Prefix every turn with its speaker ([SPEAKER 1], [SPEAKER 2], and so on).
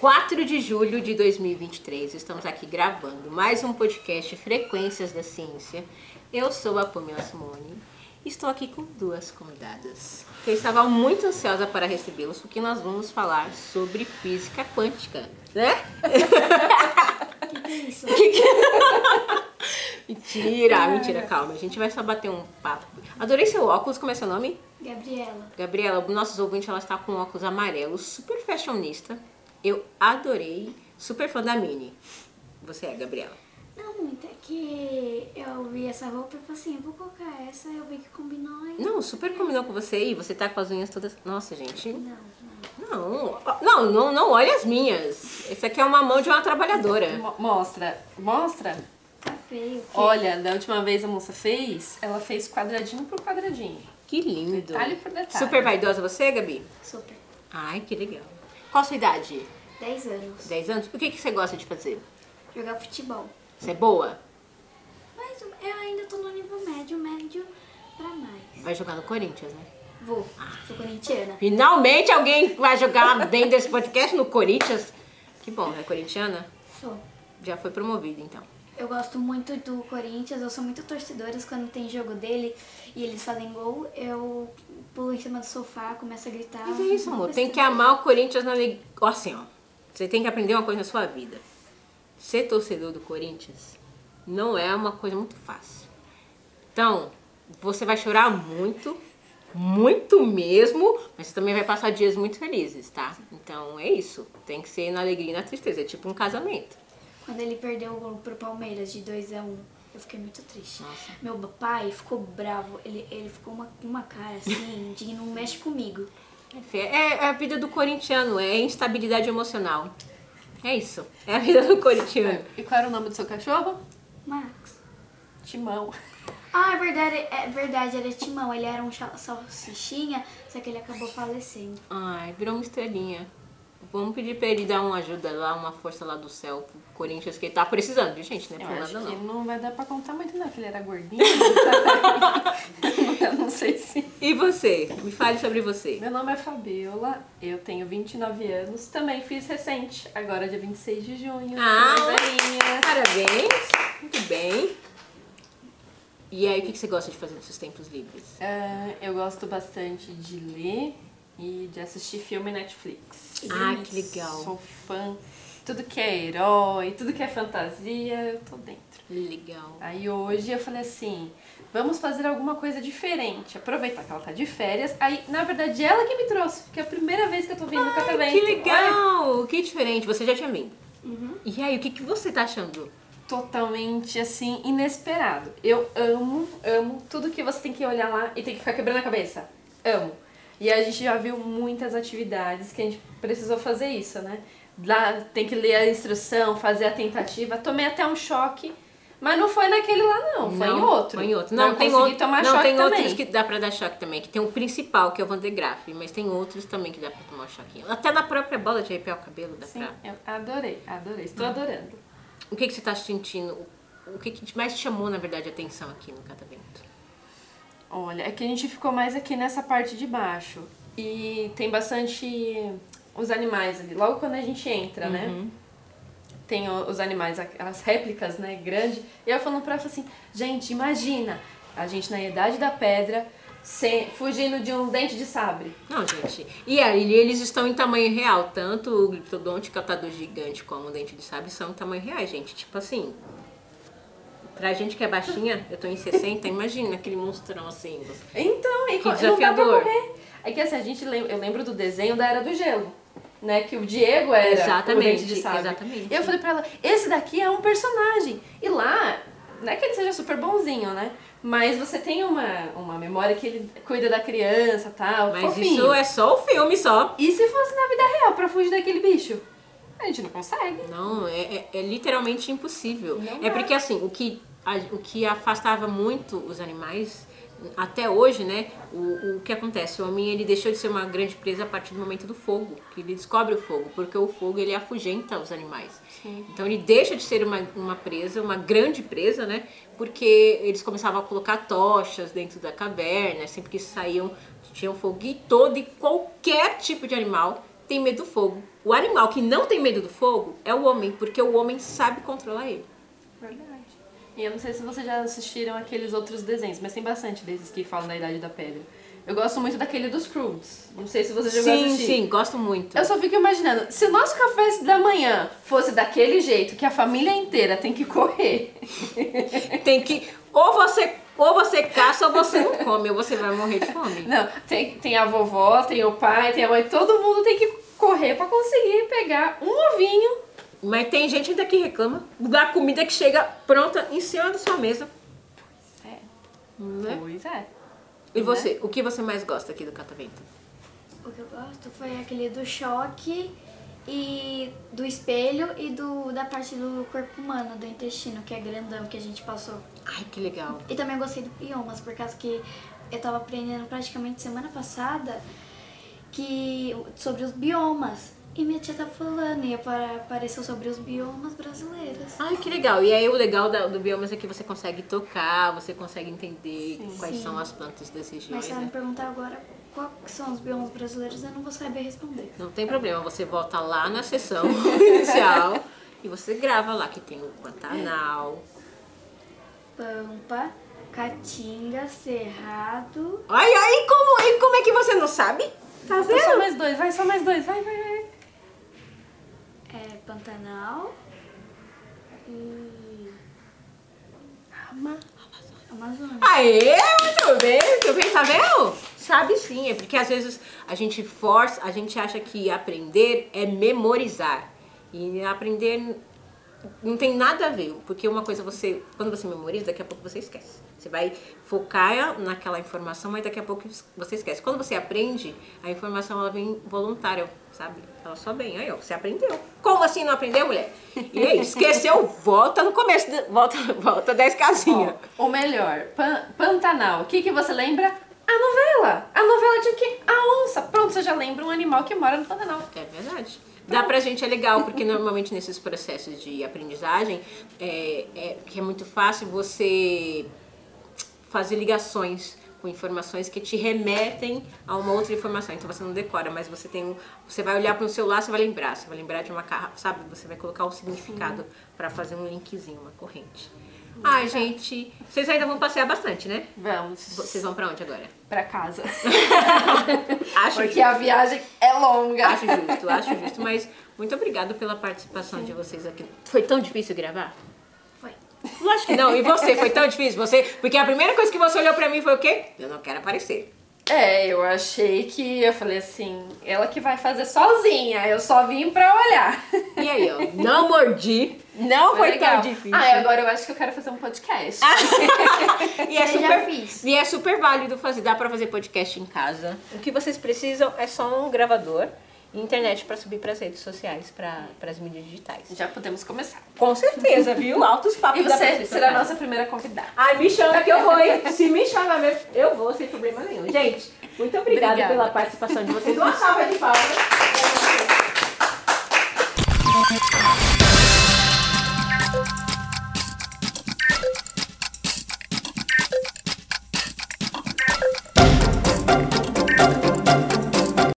[SPEAKER 1] 4 de julho de 2023, estamos aqui gravando mais um podcast Frequências da Ciência. Eu sou a Pamela Simone e estou aqui com duas convidadas. Eu estava muito ansiosa para recebê-los porque nós vamos falar sobre física quântica, né? Que que- mentira, mentira, calma. A gente vai só bater um papo. Adorei seu óculos, como é seu nome?
[SPEAKER 2] Gabriela.
[SPEAKER 1] Gabriela, nossos ouvintes, ela está com óculos amarelo, super fashionista. Eu adorei. Super fã da Mini. Você é, Gabriela.
[SPEAKER 2] Não, muito, é que eu vi essa roupa e falei assim, eu vou colocar essa, eu vi que combinou e...
[SPEAKER 1] Não, super combinou com você e você tá com as unhas todas. Nossa, gente.
[SPEAKER 2] Não, não.
[SPEAKER 1] Não, não, não, não olha as minhas. Essa aqui é uma mão de uma trabalhadora.
[SPEAKER 3] Mo- Mostra, mostra.
[SPEAKER 2] Tá feio.
[SPEAKER 3] Olha, da última vez a moça fez, ela fez quadradinho por quadradinho.
[SPEAKER 1] Que lindo.
[SPEAKER 3] Detalhe por detalhe.
[SPEAKER 1] Super vaidosa você, Gabi?
[SPEAKER 2] Super.
[SPEAKER 1] Ai, que legal. Qual a sua idade?
[SPEAKER 2] 10 anos.
[SPEAKER 1] 10 anos? O que, que você gosta de fazer?
[SPEAKER 2] Jogar futebol.
[SPEAKER 1] Você é boa?
[SPEAKER 2] Mas eu ainda tô no nível médio, médio pra mais.
[SPEAKER 1] Vai jogar no Corinthians, né?
[SPEAKER 2] Vou. Sou corintiana.
[SPEAKER 1] Finalmente alguém vai jogar dentro desse podcast no Corinthians. Que bom, né? Corintiana
[SPEAKER 2] Sou.
[SPEAKER 1] já foi promovida, então.
[SPEAKER 2] Eu gosto muito do Corinthians, eu sou muito torcedora quando tem jogo dele e eles fazem gol, eu pulo em cima do sofá, começo a gritar.
[SPEAKER 1] Mas é isso, amor. Tem que amar o Corinthians na liga. Ó, Assim, ó. Você tem que aprender uma coisa na sua vida. Ser torcedor do Corinthians não é uma coisa muito fácil. Então, você vai chorar muito, muito mesmo, mas você também vai passar dias muito felizes, tá? Então é isso. Tem que ser na alegria e na tristeza. É tipo um casamento.
[SPEAKER 2] Quando ele perdeu o gol pro Palmeiras de 2 a 1 eu fiquei muito triste. Meu pai ficou bravo, ele, ele ficou uma, uma cara assim, de não mexe comigo.
[SPEAKER 1] É, é a vida do corintiano, é instabilidade emocional. É isso. É a vida do corintiano.
[SPEAKER 3] É. E qual era o nome do seu cachorro?
[SPEAKER 2] Max.
[SPEAKER 3] Timão.
[SPEAKER 2] Ah, é verdade, é verdade, era Timão, ele era um chal- salsichinha, só que ele acabou falecendo.
[SPEAKER 1] Ai, virou uma estrelinha. Vamos pedir pra ele dar uma ajuda lá, uma força lá do céu pro Corinthians, que ele tá precisando de gente, né?
[SPEAKER 3] Eu
[SPEAKER 1] Por
[SPEAKER 3] acho
[SPEAKER 1] nada
[SPEAKER 3] que
[SPEAKER 1] não.
[SPEAKER 3] não vai dar pra contar muito, não, que ele era gordinho. eu não sei se.
[SPEAKER 1] E você? Me fale sobre você.
[SPEAKER 3] Meu nome é Fabiola, eu tenho 29 anos, também fiz recente, agora dia 26 de junho.
[SPEAKER 1] Ah,
[SPEAKER 3] sou velhinha.
[SPEAKER 1] Parabéns, muito bem. E aí, o que que você gosta de fazer nos seus tempos livres?
[SPEAKER 3] Ah, eu gosto bastante de ler e de assistir filme Netflix.
[SPEAKER 1] Ah, que legal.
[SPEAKER 3] Sou fã. Tudo que é herói, tudo que é fantasia, eu tô dentro.
[SPEAKER 1] Legal.
[SPEAKER 3] Aí hoje eu falei assim, vamos fazer alguma coisa diferente. Aproveitar que ela tá de férias. Aí, na verdade, ela que me trouxe, porque é a primeira vez que eu tô vindo com a
[SPEAKER 1] Que legal! Que diferente, você já tinha vindo.
[SPEAKER 3] Uhum.
[SPEAKER 1] E aí, o que, que você tá achando?
[SPEAKER 3] Totalmente, assim, inesperado. Eu amo, amo tudo que você tem que olhar lá e tem que ficar quebrando a cabeça. Amo. E a gente já viu muitas atividades que a gente precisou fazer isso, né? Lá tem que ler a instrução, fazer a tentativa. Tomei até um choque, mas não foi naquele lá, não. Foi em outro.
[SPEAKER 1] Foi em outro. Não,
[SPEAKER 3] eu
[SPEAKER 1] tem
[SPEAKER 3] consegui
[SPEAKER 1] outro.
[SPEAKER 3] tomar
[SPEAKER 1] não,
[SPEAKER 3] choque
[SPEAKER 1] tem
[SPEAKER 3] também.
[SPEAKER 1] outros que dá pra dar choque também. Que tem o principal, que é o Van de Graaf, mas tem outros também que dá pra tomar um choquinho. Até na própria bola de arrepiar o cabelo dá
[SPEAKER 3] Sim,
[SPEAKER 1] pra.
[SPEAKER 3] eu adorei, adorei.
[SPEAKER 1] Hum.
[SPEAKER 3] Estou adorando.
[SPEAKER 1] O que, que você tá sentindo? O- O que, que mais te chamou, na verdade, a atenção aqui no catavento?
[SPEAKER 3] Olha, é que a gente ficou mais aqui nessa parte de baixo. E tem bastante os animais ali. Logo quando a gente entra, né? Tem o- os animais, aquelas réplicas, né? Grande. E eu falando pra ela assim, gente, imagina a gente na Idade da Pedra sem- fugindo de um dente de sabre.
[SPEAKER 1] Não, gente. E aí, eles estão em tamanho real. Tanto o gliptodonte, catador gigante, como o dente de sabre são em tamanho real, gente. Tipo assim. Pra gente que é baixinha, eu tô em 60, imagina aquele monstrão assim. você-
[SPEAKER 3] Então, e
[SPEAKER 1] Que
[SPEAKER 3] co- não dá pra
[SPEAKER 1] desafiador.
[SPEAKER 3] correr. É que assim, a gente lem- eu lembro do desenho da Era do Gelo. Né, que o Diego era
[SPEAKER 1] Exatamente,
[SPEAKER 3] o dente de sabre.
[SPEAKER 1] exatamente.
[SPEAKER 3] E eu falei pra ela, esse daqui é um personagem. E lá, não é que ele seja super bonzinho, né? Mas você tem uma, uma memória que ele cuida da criança e tal.
[SPEAKER 1] Mas
[SPEAKER 3] fofinho.
[SPEAKER 1] isso é só o filme, só.
[SPEAKER 3] E se fosse na vida real pra fugir daquele bicho? A gente não consegue.
[SPEAKER 1] Não, é, é- é literalmente impossível.
[SPEAKER 3] Não
[SPEAKER 1] é
[SPEAKER 3] dá.
[SPEAKER 1] porque assim, o que, a- o que afastava muito os animais até hoje, né, o, o que acontece? O homem ele deixou de ser uma grande presa a partir do momento do fogo, que ele descobre o fogo, porque o fogo ele afugenta os animais.
[SPEAKER 3] Sim.
[SPEAKER 1] Então ele deixa de ser uma, uma presa, uma grande presa, né, porque eles começavam a colocar tochas dentro da caverna, sempre que saíam tinha um fogo e todo e qualquer tipo de animal tem medo do fogo. O animal que não tem medo do fogo é o homem, porque o homem sabe controlar ele.
[SPEAKER 3] Verdade. E eu não sei se vocês já assistiram aqueles outros desenhos, mas tem bastante desses que falam da Idade da Pedra. Eu gosto muito daquele dos Croods. Não sei se vocês já
[SPEAKER 1] sim,
[SPEAKER 3] assistiram.
[SPEAKER 1] sim, gosto muito.
[SPEAKER 3] Eu só fico imaginando, se o nosso café da manhã fosse daquele jeito que a família inteira tem que correr,
[SPEAKER 1] É, Tem que. Ou você, ou você caça ou você não come, ou você vai morrer de fome.
[SPEAKER 3] Não, tem, tem a vovó, tem o pai, tem a mãe, todo mundo tem que correr pra conseguir pegar um ovinho.
[SPEAKER 1] Mas tem gente ainda que reclama da comida que chega pronta em cima da sua mesa.
[SPEAKER 3] É,
[SPEAKER 1] Né?
[SPEAKER 3] pois é.
[SPEAKER 2] Uhum.
[SPEAKER 1] E você, o que você mais gosta aqui do Catavento?
[SPEAKER 2] O que eu gosto foi aquele do choque e do espelho e do da parte do corpo humano, do intestino, que é grandão que a gente passou.
[SPEAKER 1] Ai, que legal.
[SPEAKER 2] E também eu gostei do biomas, por causa que eu tava aprendendo praticamente semana passada que sobre os biomas. E minha tia tá falando, e apara- apareceu sobre os biomas brasileiros.
[SPEAKER 1] Ai, que legal. E aí o legal da- do biomas é que você consegue tocar, você consegue entender quais
[SPEAKER 2] Sim.
[SPEAKER 1] são as plantas dessas
[SPEAKER 2] Mas
[SPEAKER 1] regiões.
[SPEAKER 2] se ela
[SPEAKER 1] né?
[SPEAKER 2] me perguntar agora qual que são os biomas brasileiros, eu não vou saber responder.
[SPEAKER 1] Não tem problema, você volta lá na sessão inicial e você grava lá que tem o
[SPEAKER 2] É.
[SPEAKER 1] Pantanal.
[SPEAKER 2] Pampa, Caatinga, Cerrado.
[SPEAKER 1] Ai, ai, como, e como é que você não sabe? Tá
[SPEAKER 3] Então só
[SPEAKER 1] vendo?
[SPEAKER 3] mais dois, vai, só mais dois, vai, vai, vai.
[SPEAKER 2] É, Pantanal e
[SPEAKER 3] Ama.
[SPEAKER 2] Amazônia.
[SPEAKER 1] Aê, muito bem, muito bem, tá vendo? Sabe sim, é porque às vezes a gente força, a gente acha que aprender é memorizar. E aprender não tem nada a ver, porque uma coisa você, quando você memoriza, daqui a pouco você esquece. Você vai focar naquela informação, mas daqui a pouco você esquece. Quando você aprende, a informação ela vem voluntária, sabe? Ela só vem, aí ó, você aprendeu. Como assim não aprendeu, mulher? E aí, esqueceu, volta no começo, do- volta, volta 10 casinhas.
[SPEAKER 3] Ou melhor, Pan- Pantanal. O que, que você lembra? A novela. A novela de quê? A onça. Pronto, você já lembra um animal que mora no Pantanal.
[SPEAKER 1] É verdade. Dá pra gente é legal, porque normalmente nesses processos de aprendizagem, é, é- que é muito fácil você fazer ligações com informações que te remetem a uma outra informação. Então você não decora, mas você tem um, você vai olhar para o celular, você vai lembrar, você vai lembrar de uma carra, sabe? Você vai colocar o significado pra fazer um linkzinho, uma corrente. Ai, gente, vocês ainda vão passear bastante, né?
[SPEAKER 3] Vamos
[SPEAKER 1] Vocês vão pra onde agora?
[SPEAKER 3] pra casa.
[SPEAKER 1] Acho
[SPEAKER 3] Porque
[SPEAKER 1] que
[SPEAKER 3] a viagem é longa.
[SPEAKER 1] Acho justo, acho justo. Mas muito obrigado pela participação de vocês aqui. Foi tão difícil gravar?
[SPEAKER 2] Foi.
[SPEAKER 1] Lógico que não. E você, foi tão difícil? Você, porque a primeira coisa que você olhou pra mim foi o quê? Eu não quero aparecer.
[SPEAKER 3] É, eu achei que. Eu falei assim, ela que vai fazer sozinha, eu só vim pra olhar.
[SPEAKER 1] E aí, ó, não mordi. Não foi, tão
[SPEAKER 3] legal.
[SPEAKER 1] difícil.
[SPEAKER 3] Ah, e agora eu acho que eu quero fazer um podcast.
[SPEAKER 1] e, é
[SPEAKER 2] Eu
[SPEAKER 1] super,
[SPEAKER 2] já fiz.
[SPEAKER 1] e é super válido fazer, dá pra fazer podcast em casa. O que vocês precisam é só um gravador e internet pra subir pras redes sociais, pra, pras mídias digitais.
[SPEAKER 3] Já podemos começar.
[SPEAKER 1] Com certeza, viu? Altos papos.
[SPEAKER 3] E
[SPEAKER 1] dá pra
[SPEAKER 3] você
[SPEAKER 1] vocês
[SPEAKER 3] será a
[SPEAKER 1] tocarem.
[SPEAKER 3] nossa primeira convidada.
[SPEAKER 1] Ai, me chama que eu vou, hein? Se me chama mesmo, eu vou, sem problema nenhum. Gente, muito obrigada,
[SPEAKER 3] Obrigada.
[SPEAKER 1] pela participação de vocês. Uma salva de palmas.